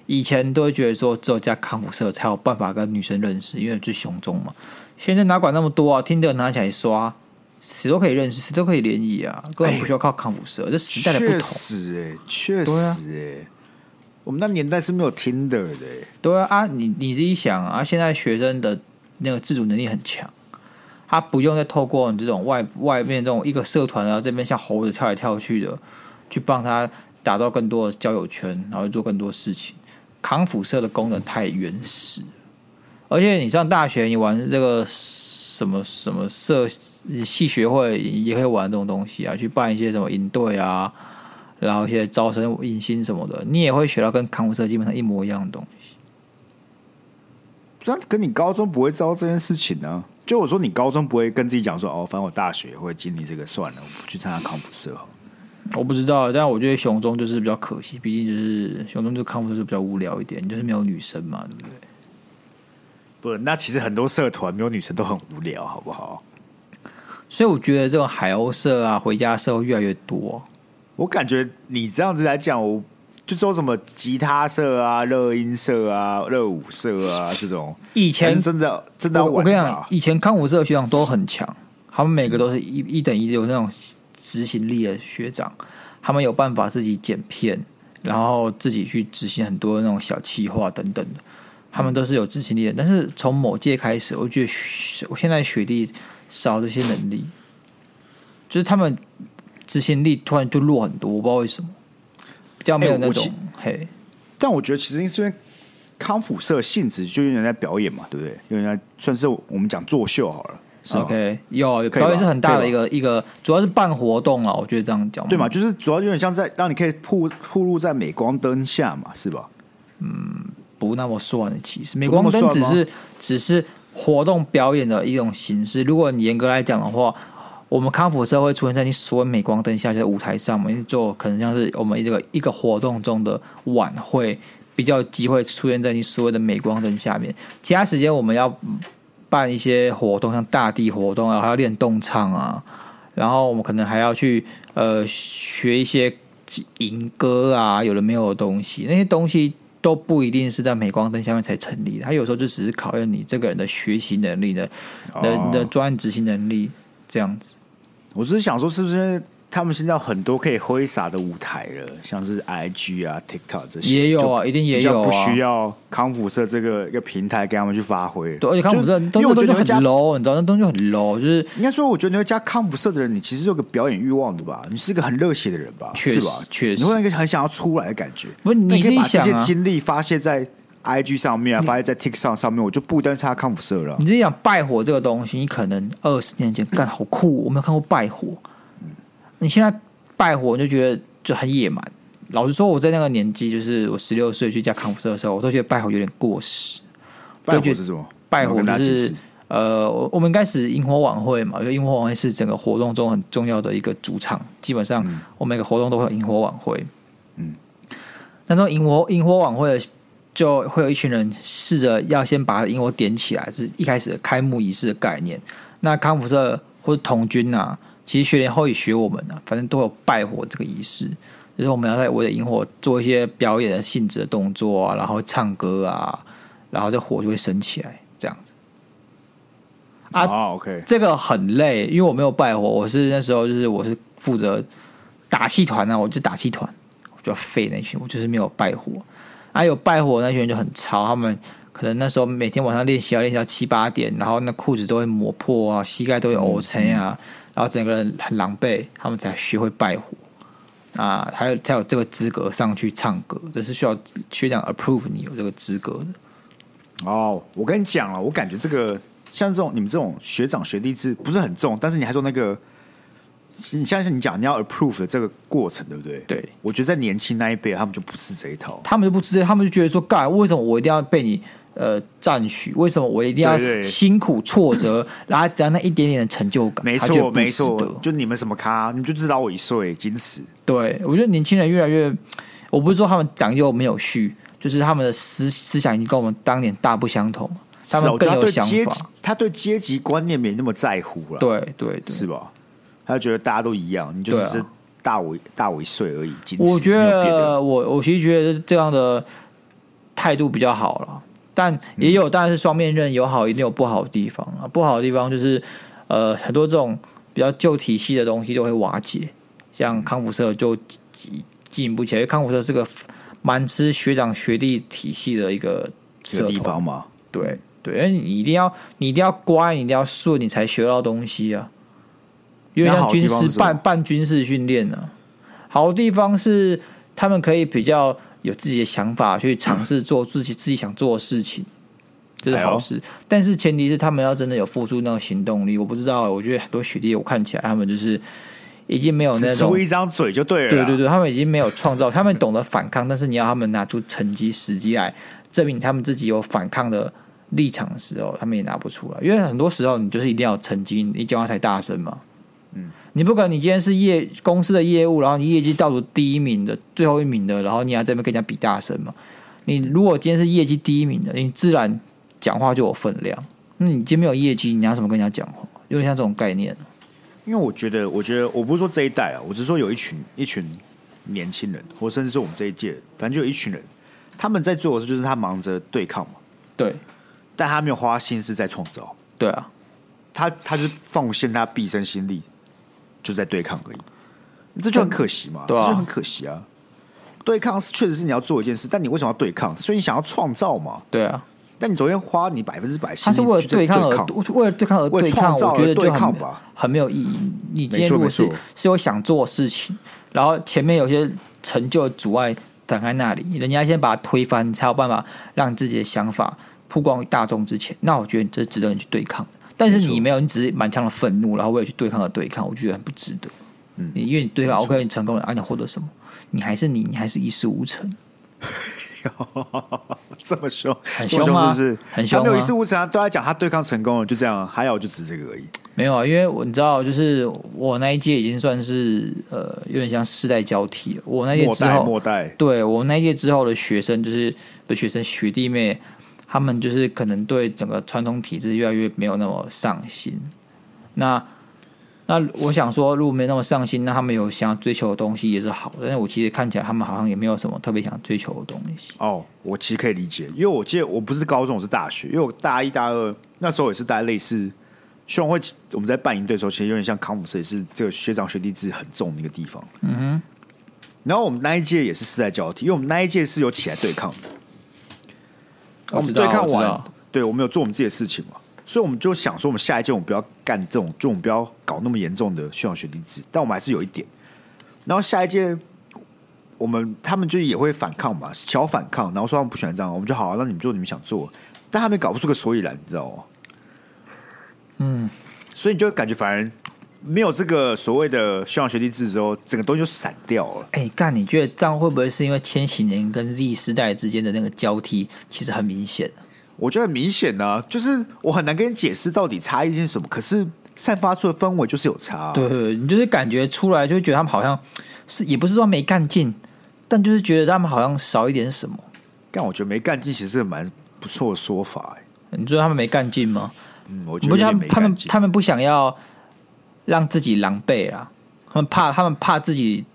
以前都会觉得说，只有加康普社才有办法跟女生认识，因为是熊中嘛。现在哪管那么多啊？听的拿起来刷，谁都可以认识，谁都可以联谊啊，根本不需要靠康普社。这时代的不
确
同，
实、欸，哎，确
对啊
实、欸，哎、我们那年代是没有 Tinder 的、欸，
对啊，啊你你自己想啊，现在学生的那个自主能力很强，他不用再透过你这种外外面这种一个社团啊，然后这边像猴子跳来跳去的，去帮他打造更多的交友圈，然后做更多事情。康复社的功能太原始了，而且你上大学你玩这个什么什么社系学会也会玩这种东西啊，去办一些什么营队啊，然后一些招生迎新什么的，你也会学到跟康复社基本上一模一样的东西。
虽然跟你高中不会知道这件事情呢、就我说，你高中不会跟自己讲说，哦，反正我大学也会经历这个，算了，我不去参加康复社好了。
我不知道，但我觉得熊中就是比较可惜，毕竟就是熊中就康复就是比较无聊一点，就是没有女生嘛，对不对？
不，那其实很多社团没有女生都很无聊，好不好？
所以我觉得这种海鸥社啊、回家社会越来越多。
我感觉你这样子来讲，我就说什么吉他社啊、热音社啊、热舞社啊这种，
以
才
前
是真的真的要
我我
玩
跟你
的
讲
啊，。
以前康复社的学长都很强，他们每个都是一一等一有那种执行力的学长，他们有办法自己剪片，然后自己去执行很多那种小企划等等的，他们都是有执行力的。但是从某届开始，我觉得学我现在学弟少这些能力，就是他们执行力突然就弱很多，我不知道为什么，比较没有
哎
那
我
种、
其
嘿。
但我觉得其实是因为康复社性质就有点在表演嘛，对不对？有点在算是我们讲作秀好了，是吗
OK，有有
可以吧
表演是很大
可
的
以
一个一个，主要是办活动啊，我觉得这样讲
对嘛？就是主要有点像在让你可以曝曝露在镁光灯下嘛，是吧？
不那么算的。其实镁
不那么
光灯只
算吗
是只是活动表演的一种形式。如果你严格来讲的话，我们康复社会出现在你所谓镁光灯下，就是舞台上嘛，因为做可能像是我们这个一个活动中的晚会，比较有机会出现在你所谓的镁光灯下面。其他时间我们要嗯办一些活动，像大地活动啊，还要练动唱啊，然后我们可能还要去呃学一些吟歌啊，有的没有的东西，那些东西都不一定是在镁光灯下面才成立的，它有时候就只是考验你这个人的学习能力的，的
哦
你的专案执行能力这样子。
我只是想说，是不是因为他们现在有很多可以挥洒的舞台了，像是 IG 啊、TikTok 这些，
也有啊一定也有啊
就比较不需要康复社这个一个平台给他们去发挥。
对，而且康复社
就
东
因为我
西
觉得
就
你
很
会加，
low，你知道那东西就很 low，就是
应该说，我觉得你会加康复社的人，你其实是有个表演欲望的吧？你是一个很热血的人吧？
确
是
实
吧？
确实
你会有一个很想要出来的感觉。
不是
那你
你
可
自
以
己
把这
想
些
啊
精力发泄在 IG 上面啊，发泄在 TikTok 上面，我就不单差康复社了啊。
你自己想拜火这个东西，你可能二十年前干好酷，哦我没有看过拜火。你现在拜火，你就觉得就很野蛮。老实说，我在那个年纪，就是我十六岁去加康复社的时候，我都觉得拜火有点过时。
拜火
对
是什么？
拜
我
火
跟
就
大家解
是
释
呃，我我们开始萤火晚会嘛，因为萤火晚会是整个活动中很重要的一个主场，基本上我每个活动都会有萤火晚会。
嗯，
那种萤火萤火晚会的就会有一群人试着要先把萤火点起来，是一开始的开幕仪式的概念。那康复社或者童军啊，其实学联后也学我们啊，反正都有拜火这个仪式，就是我们要在围着萤火做一些表演的性质的动作啊，然后唱歌啊，然后这火就会升起来，这样子。啊
哦，OK，
这个很累，因为我没有拜火，我是那时候就是我是负责打气团啊，我就打气团，我比较废那群，我就是没有拜火。啊，有拜火那群人就很潮，他们可能那时候每天晚上练习要练习到七八点，然后那裤子都会磨破啊，膝盖都会凹成啊，然后整个人很狼狈，他们才学会拜火。啊，还有才有这个资格上去唱歌，这是需要学长 approve 你有这个资格的。
哦，我跟你讲了，我感觉这个像这种你们这种学长学弟制不是很重，但是你还说那个，你像是你讲你要 approve 的这个过程，对不对？
对，
我觉得在年轻那一辈，他们就不是这一套。
他们就不知道，他们就觉得说，干，为什么我一定要被你呃赞许？为什么我一定要
对对
辛苦挫 折，然后得到那一点点的成就感？
没
他觉得
错，
不值
没错
得，
就你们什么咖，你们就知道我一岁，仅此。
对我觉得年轻人越来越，我不是说他们长幼没有序，就是他们的思思想已经跟我们当年大不相同，
是
他
啊
们
我觉
更
得他
有
对
想
阶级
法。，
他对阶级观念没那么在乎了，，
对对对，
是吧？他就觉得大家都一样，你就
对
只
啊
是大我、大我一岁而已，仅此。
我觉
没有别的
得我我其实觉得这样的态度比较好了，
嗯
但也有当然是双面刃，有好一定有不好的地方啊。不好的地方就是呃很多这种比较旧体系的东西都会瓦解，像康复社就进进不起来，因为康复社是个蛮吃学长学弟体系的一个
这
社
个地
团，
方嘛，
对对，因为你一定要你一定要乖，你一定要顺，你才学到东西啊。因为
那
像
好的
军
地方是
事
什么
办办军事训练呢、好的地方是他们可以比较有自己的想法，去尝试做自己自己想做的事情，这是
哎
好
呦
事。但是前提是他们要真的有付出那种行动力。我不知道，我觉得很多学弟我看起来他们就是已经没有那
只
种
出一张嘴就对了。
对啊对，对，他们已经没有创造，他们懂得反抗，但是你要他们拿出成绩实际来证明他们自己有反抗的立场的时候，他们也拿不出来，因为很多时候你就是一定要有成绩，你讲话才大声嘛。嗯，你不可能你今天是业公司的业务，然后你业绩倒数第一名的、最后一名的，然后你还在那边跟人家比大声嘛？你如果今天是业绩第一名的，你自然讲话就有分量。那你今天没有业绩，你拿什么跟人家讲话？有点像这种概念。
因为我觉得，我觉得我不是说这一代啊，我只是说有一群一群年轻人，或甚至是我们这一届，反正就有一群人，他们在做的事就是他忙着对抗嘛，
对，
但他没有花心思在创造，
对啊，
他他是奉献他毕生心力，就在对抗而已，这就很可惜嘛，
对啊
这就很可惜啊。对抗是确实是你要做一件事，但你为什么要对抗？所以你想要创造嘛。
对啊，
但你昨天花你百分之百心
他
力，
是为了对抗而为了对抗而
为了
对抗，
创造
我觉
而
得
对
就
抗
很
吧
很没有意义。你今天
没错
如果
没
是
错
是有想做的事情，然后前面有些成就的阻碍挡在那里，人家先把它推翻，你才有办法让自己的想法曝光于大众之前。那我觉得这值得你去对抗。但是
没错
你没有，你只是满腔的愤怒，然后为了去对抗而对抗，我觉得很不值得。嗯，因为你对抗 OK，你成功了，啊，你获得什么？你还是你，你还是一事无成。
这么凶，
很
这么
凶吗
是不是？
很凶
他没有
吗
一事无成啊，对他讲他对抗成功了，就这样啊，还好就只这个而已。
没有啊，因为我你知道，就是我那一届已经算是呃，有点像世代交替了。我那届
末
之
代末
后，
代，
对我那一届之后的学生，就是不是学生学弟妹，他们就是可能对整个传统体制越来越没有那么上心。那那我想说，如果没那么上心，那他们有想要追求的东西也是好的。但是我其实看起来，他们好像也没有什么特别想追求的东西。
哦，我其实可以理解，因为我记得我不是高中，我是大学，因为我大一大二那时候也是大概类似学长会，我们在办营队的时候，其实有点像康复社，也是这个学长学弟制很重的一个地方。嗯哼。然后我们那一届也是世代交替，因为我们那一届是有起来对抗的，
我
们
知
对
道，
抗
我知
完
道，，
对我们有做我们自己的事情嘛，所以我们就想说，我们下一届我们不要干这种，就我们不要搞那么严重的学长学弟制，但我们还是有一点。然后下一届我们他们就也会反抗嘛，小反抗，然后说他们不喜欢这样，我们就好、啊，让你们做你们想做，但他们也搞不出个所以然，你知道吗？嗯，
嗯
所以你就感觉反而没有这个所谓的学长学弟制之后，整个东西就散掉了。
哎、干，你觉得这样会不会是因为千禧年跟 Z 世代之间的那个交替其实很明显？
我觉得很明显呢、就是我很难跟你解释到底差异性是什么，可是散发出的氛围就是有差、啊。
对，对，你就是感觉出来，就会觉得他们好像是也不是说没干劲，但就是觉得他们好像少一点什么。
但我觉得没干劲其实是蛮不错的说法、欸。
你说他们没干劲吗？
嗯，我觉得
你不
有
觉得
点
他
没干
们他们
劲。
他们不想要让自己狼狈啊，他们怕他们怕自己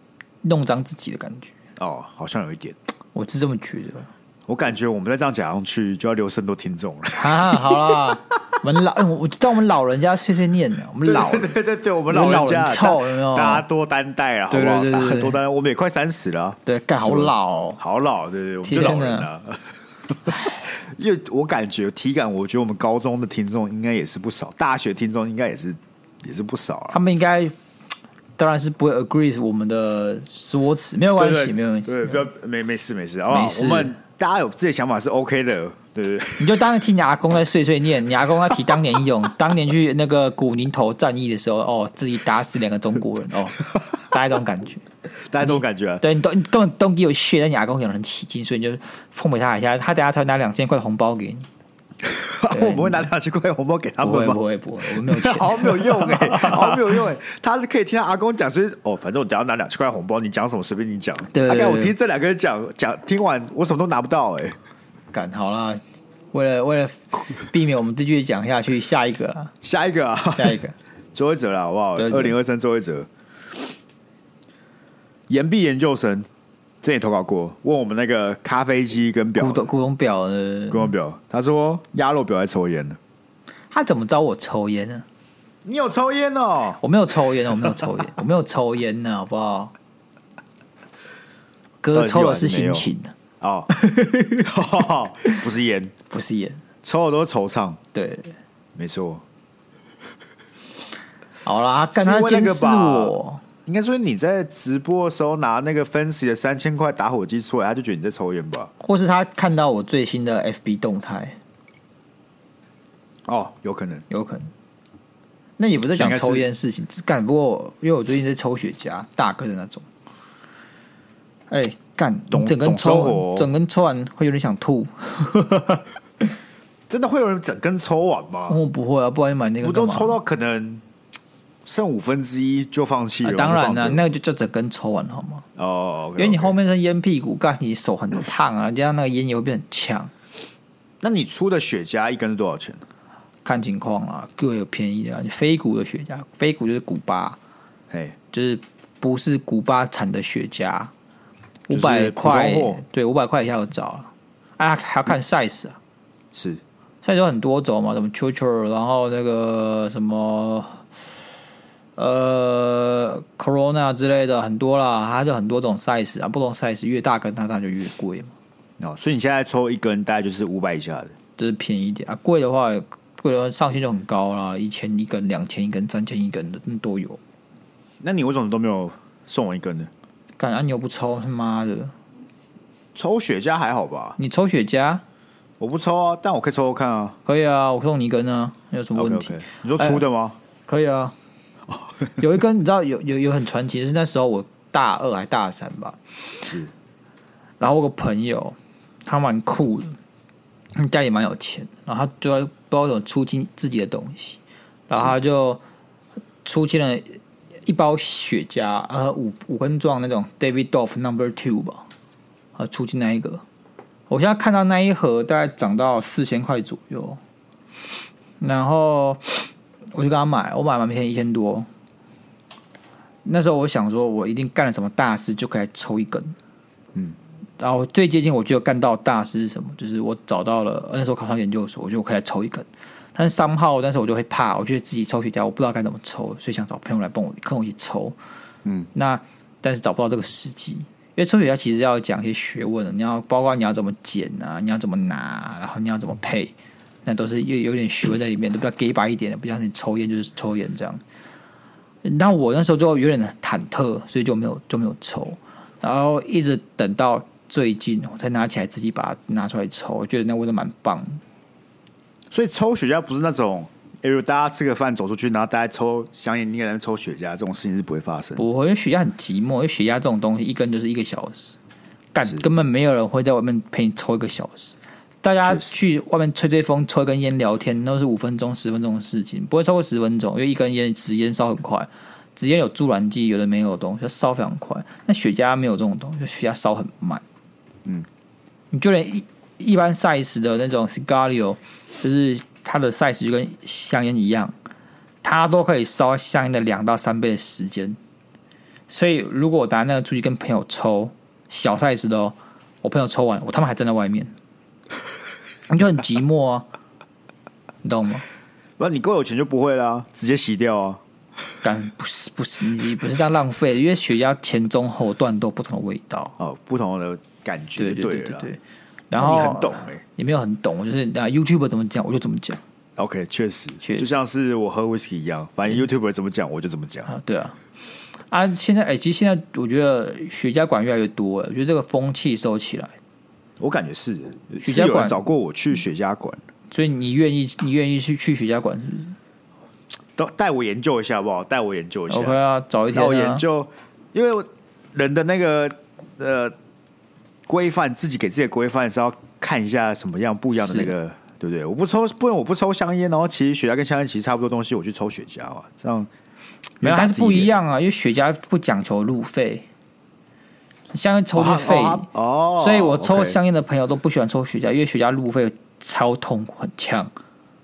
弄脏自己的感觉，
哦，好像有一点。
我是这么觉得。
我感觉我们再这样讲上去，就要流失很多听众了。
啊，好啦， 我们老哎我我知道我们老人家碎碎念的，我们 老
对
了。
对对对，我们
有
老
老
人家
人臭有没有
大家多担待啊，好不好？
对对对对
大家
对
多担待，我们也快三十了啊、
对，干好
什么
老、哦，
好老，对对，我们就老人了、 因为我感觉体感，我觉得我们高中的听众应该也是不少，大学听众应该也是也是不少啊。
他们应该当然是不会 agree 我们的说辞，没有关
对对
系，没有关系，嗯
对，不要没没事没事，好不好
没？事
我们大家有自己的想法是 OK 的，对 对对。
你就当听你阿公在碎碎念，你阿公在提当年英勇， 当年去那个古宁头战役的时候，哦，自己打死两个中国人，哦， 大概这种感觉。
大家这种感觉啊、
对你都你根本 don't give a shit，但你阿公讲得很起劲，所以你就奉陪他一下，他等下才会拿两千块红包给你。
我们会拿两千块红包给他
啊不会
们
不
吗？
会不会，我们没有钱。
好像没有用 哎、好像没有用哎、他可以听他阿公讲，所以哦，反正我等一下拿两千块红包，你讲什么随便你讲。
对对
大概我
对
听这两个人讲讲，听完我什么都拿不到哎、
干好啦， 为了为了避免我们继续讲下去，下一个啦，
下一个啊，
下一 个。
最后一则了，好不好？
最
二
后一
零
则
二三最后一则，岩壁研究生，这也投稿过，问我们那个咖啡机跟表
古，董古董表的
跟我表，他说鸭肉表在抽烟呢。
他怎么知道我抽烟呢、
你有抽烟哦？
我没有抽烟啊，我没有抽烟，我没有抽烟 啊呢、好不好？
到
哥
底是
抽
有
的
还是
是
没有
心情啊，
哦， 不是烟，
不是烟。
抽的都是惆怅，
对，
没错。
好啦，干
是
他
为那
监
个
视
吧
我，
应该说你在直播的时候拿那个分析的三千块打火机出来，他就觉得你在抽烟吧？
或是他看到我最新的 FB 动态，
哦，有可能。
有可能。那也不是讲抽烟的事情，只干。不过因为我最近在抽雪茄，大颗的那种。哎、干，
懂
你整根
懂
抽
生活
完，整根抽完会有点 想吐。
真的会有人整根抽完吗？嗯
我不会啊，不然你买那个
我都
干嘛
抽到可能剩五分之一就放弃了、
啊当然
就放
了、
着
那个就就整根抽完好吗？
哦，OK，OK，
因为你后面是烟屁股，干你手很烫啊， 加上那个烟也会变很呛，
那你出的雪茄一根是多少钱？
看情况啦，各有便宜的、啊。你非古的雪茄，非古就是古巴，
哎，
就是不是古巴产的雪茄，
就
五
是
百块
普通货，嗯
对，五百块以下有找了啊，还要看 size 啊
是
，size 有很多种嘛，什么 c h u c h u 然后那个什么呃 Corona 之类的很多啦，它就很多种 size 啊，不同 size 越大根它当然就越贵嘛，
哦，所以你现在抽一根大概就是五百以下的，
就是便宜一点啊，贵的话贵的话上限就很高啦，一千一根、两千一根、三千一根的嗯都有，
那你为什么都没有送我一根呢？
干啊你又不抽，他妈的，
抽雪茄还好吧？
你抽雪茄
我不抽啊，但我可以抽抽看啊。
可以啊，我送你一根啊，有什么
OK
问题
OK，你说出的吗？
可以啊。有一根你知道有有有很传奇，是那时候我大二还大三吧，
是
然后我有个朋友他蛮酷的，他家里蛮有钱，然后他就在不知道怎么出清自己的东西，然后他就出清了一包雪茄，呃五五根状那种 David Doff Number Two 吧，啊出清那一个，我现在看到那一盒大概涨到四千块左右，然后我就跟他买，我买蛮便宜一千多。那时候我想说，我一定干了什么大事就可以来抽一根，然后最接近我就干到大师是什么，就是我找到了呃那时候考上研究所，我就开始抽一根。但是三号，但是我就会怕，我觉得自己抽雪茄，我不知道该怎么抽，所以想找朋友来帮我跟我一起抽。嗯，那但是找不到这个时机，因为抽雪茄其实要讲一些学问的，你要包括你要怎么剪啊，你要怎么拿，然后你要怎么配，那都是有有点学问在里面，都比较 gay 白一点的，不像你抽烟就是抽烟这样。那我那时候就有点忐忑，所以就没有就没有抽，然后一直等到最近我才拿起来自己把它拿出来抽，我觉得那味道蛮棒的。
所以抽雪茄不是那种，哎、如果大家吃个饭走出去，然后大家抽香烟，你也在那边抽雪茄，这种事情是不会发生。
不会，因为血压很寂寞，因为血压这种东西一根就是一个小时，干
是
根本没有人会在外面陪你抽一个小时。大家
确实
去外面吹吹风、抽一根烟、聊天，都是五分钟、十分钟的事情，不会超过十分钟，因为一根烟纸烟烧很快，纸烟有助燃剂，有的没有的东西，它烧非常快。那雪茄没有这种东西，雪茄烧很慢。嗯，你就连一一般 size 的那种 cigario，就是它的 size 就跟香烟一样，它都可以烧香烟的两到三倍的时间。所以如果我拿那个出去跟朋友抽小 size 的哦，我朋友抽完，我他们还站在外面，你就很寂寞啊，你懂吗？
不然你够有钱就不会啦，直接洗掉啊。
干不是不是你不是这样浪费的，因为雪茄前中后段都有不同的味道，
哦，不同的感觉
对
就
对
了
对
啦。
对。
那
然后
啊你很懂哎、
你没有很懂，我就是啊 YouTube 怎么讲我就怎么讲
OK，确实，
确实
就像是我喝 whisky 一样，反正 YouTuber 怎么讲我就怎么讲。
啊，对啊。啊，现在哎、其实现在我觉得雪茄馆越来越多了，我觉得这个风气收起来，
我感觉是，是
雪茄
有人
馆
找过我去雪茄馆，
所以你愿意你愿意去去雪茄馆是不
都带我研究一下好不好？带我研究一
是
下。
？OK 啊，找一天、
那
啊、
我研究，因为我人的那个呃规范，自己给自己的规范是要看一下什么样不一样的那个，对不对？我不抽，不然我不抽香烟，然后其实雪茄跟香烟其实差不多东西，我去抽雪茄啊，这样
没有，
大
还
家
是
自己
不一样啊，因为雪茄不讲求路费，香烟抽
哦
路费，
哦哦
所以我抽
OK
香烟的朋友都不喜欢抽雪茄，因为雪茄路费超痛苦，很呛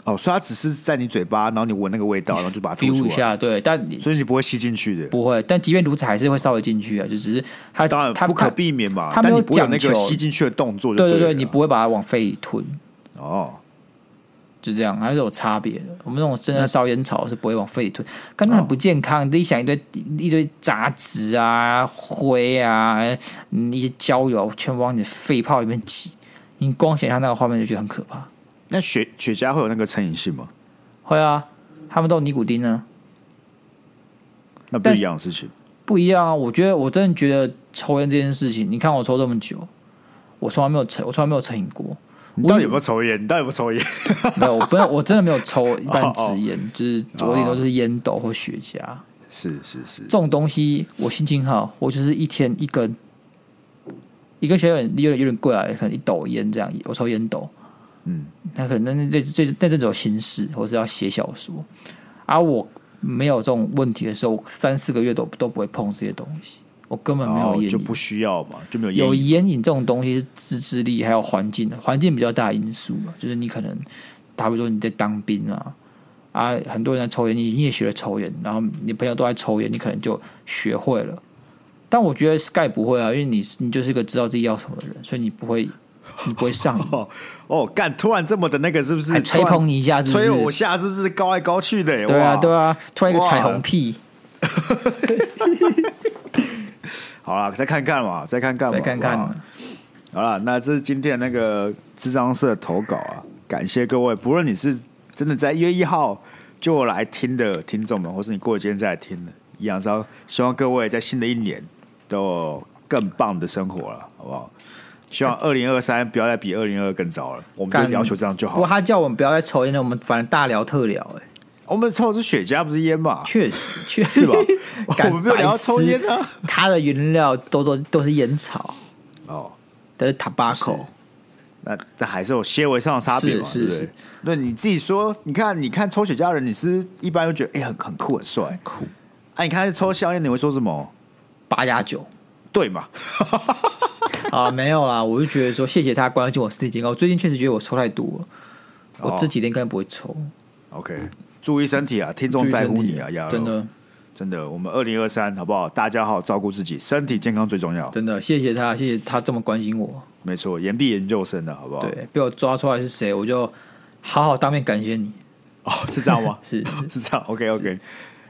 哦，所以它只是在你嘴巴，然后你闻那个味 道，然后就把它吐
，feel 一
出来，
下，对，但你
所以你不会吸进去的。
不会，但即便如此还是会稍微进去啊，就只是它
当然
它
不可
它
避免嘛，
他没
但
有
你不会有那
讲
个
究
吸进去的动作就
对
对
对
了啊
对，
啦
你不会把它往肺里吞，
哦，
就这样，还是有差别的。我们那种真的烧烟草是不会往肺里
哦
吞，但那很不健康。你自己想一堆一堆杂质啊、灰啊、嗯一些焦油，全部往你的肺泡里面挤。你光想象那个画面就觉得很可怕。
那雪雪茄会有那个成瘾性吗？
会啊，他们都有尼古丁呢、
那不
但
一
是
样的事情。
不一样啊。我觉得我真的觉得抽烟这件事情，你看我抽这么久，我从来没有成，我从来没有成瘾过。
你到底有没有抽烟？你到底有没有抽 烟？
没有，我不，我真的没有抽一
哦
般
哦
直烟，就是我顶多就是烟斗或雪茄。
是是 是
这，种东西我心情好，我就是一天一根，一根雪有点有点有点贵啊，可能一斗烟这样，我抽烟斗，
嗯，
啊那可能那那这这那阵子有心事，或是要写小说，而、我没有这种问题的时候，我三四个月都都不会碰这些东西，我根本没有
哦
烟瘾，
就不需要嘛，就没有烟
有
瘾。
烟瘾这种东西是自制力还有环境的，环境比较大的因素嘛，就是你可能，打比说你在当兵啊，啊，很多人在抽烟，你你也学了抽烟，然后你朋友都在抽烟，你可能就学会了。但我觉得 Sky 不会啊，因为你你就是个知道自己要什么的人，所以你不会你不会 上瘾，
哦，干，突然这么的那个是不是
还？吹
突然
捧你一下是不是
吹我下是不是高来高去的、
对啊
哇
对。啊，突然一个
哇
彩虹屁，
好啦，再看看嘛，再看看嘛，
再看
好不好
看，
好了，那这是今天的那个智商社的投稿啊，感谢各位，不论你是真的在一月一号就来听的听众们，或是你过几天再来听的，一样是要希望各位在新的一年都有更棒的生活啊了，好不好？希望二零二三不要再比二零二更糟了，我们
干
就要求这样就
不
好
过
了。
他叫我们不要再抽烟了，我们反正大聊特聊、欸，
我们抽的是雪茄，不是烟吧？
确实，确实
是 吧
干
我们没有聊到抽烟啊
白痴它的原料都都都是烟草，
哦，
都是 tobacco，
那但还是有些微上的差别嘛，
是
对不
是
对？那你自己说，你看，你看抽雪茄的人，你是一般会觉得哎、很很酷很帅，
酷
哎、你看抽香烟你会说什么？
八加九。
对嘛？
啊，没有啦，我就觉得说谢谢他关心我身体健康。我最近确实觉得我抽太多了，
哦
我这几天根本不会抽，
OK，注意身体啊，听众
注意
在
身
乎
体
你啊，亚
真
柔
的
真的，我们二零二三好不好？大家好好照顾自己，身体健康最重要。
真的谢谢他，谢谢他这么关心我。
没错，言必研究生的好不好？，
对，被我抓出来是谁，我就好好当面感谢你。
哦， 是这样吗？
是
是这样。OK OK，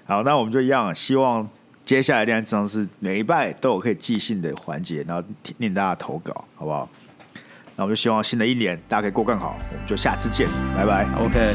好，那我们就一样，希望接下来的这样是每一拜都有可以寄信的环节，然后听念大家的投稿，好不好？那我们就希望新的一年大家可以过更好，我们就下次见，拜拜。
OK，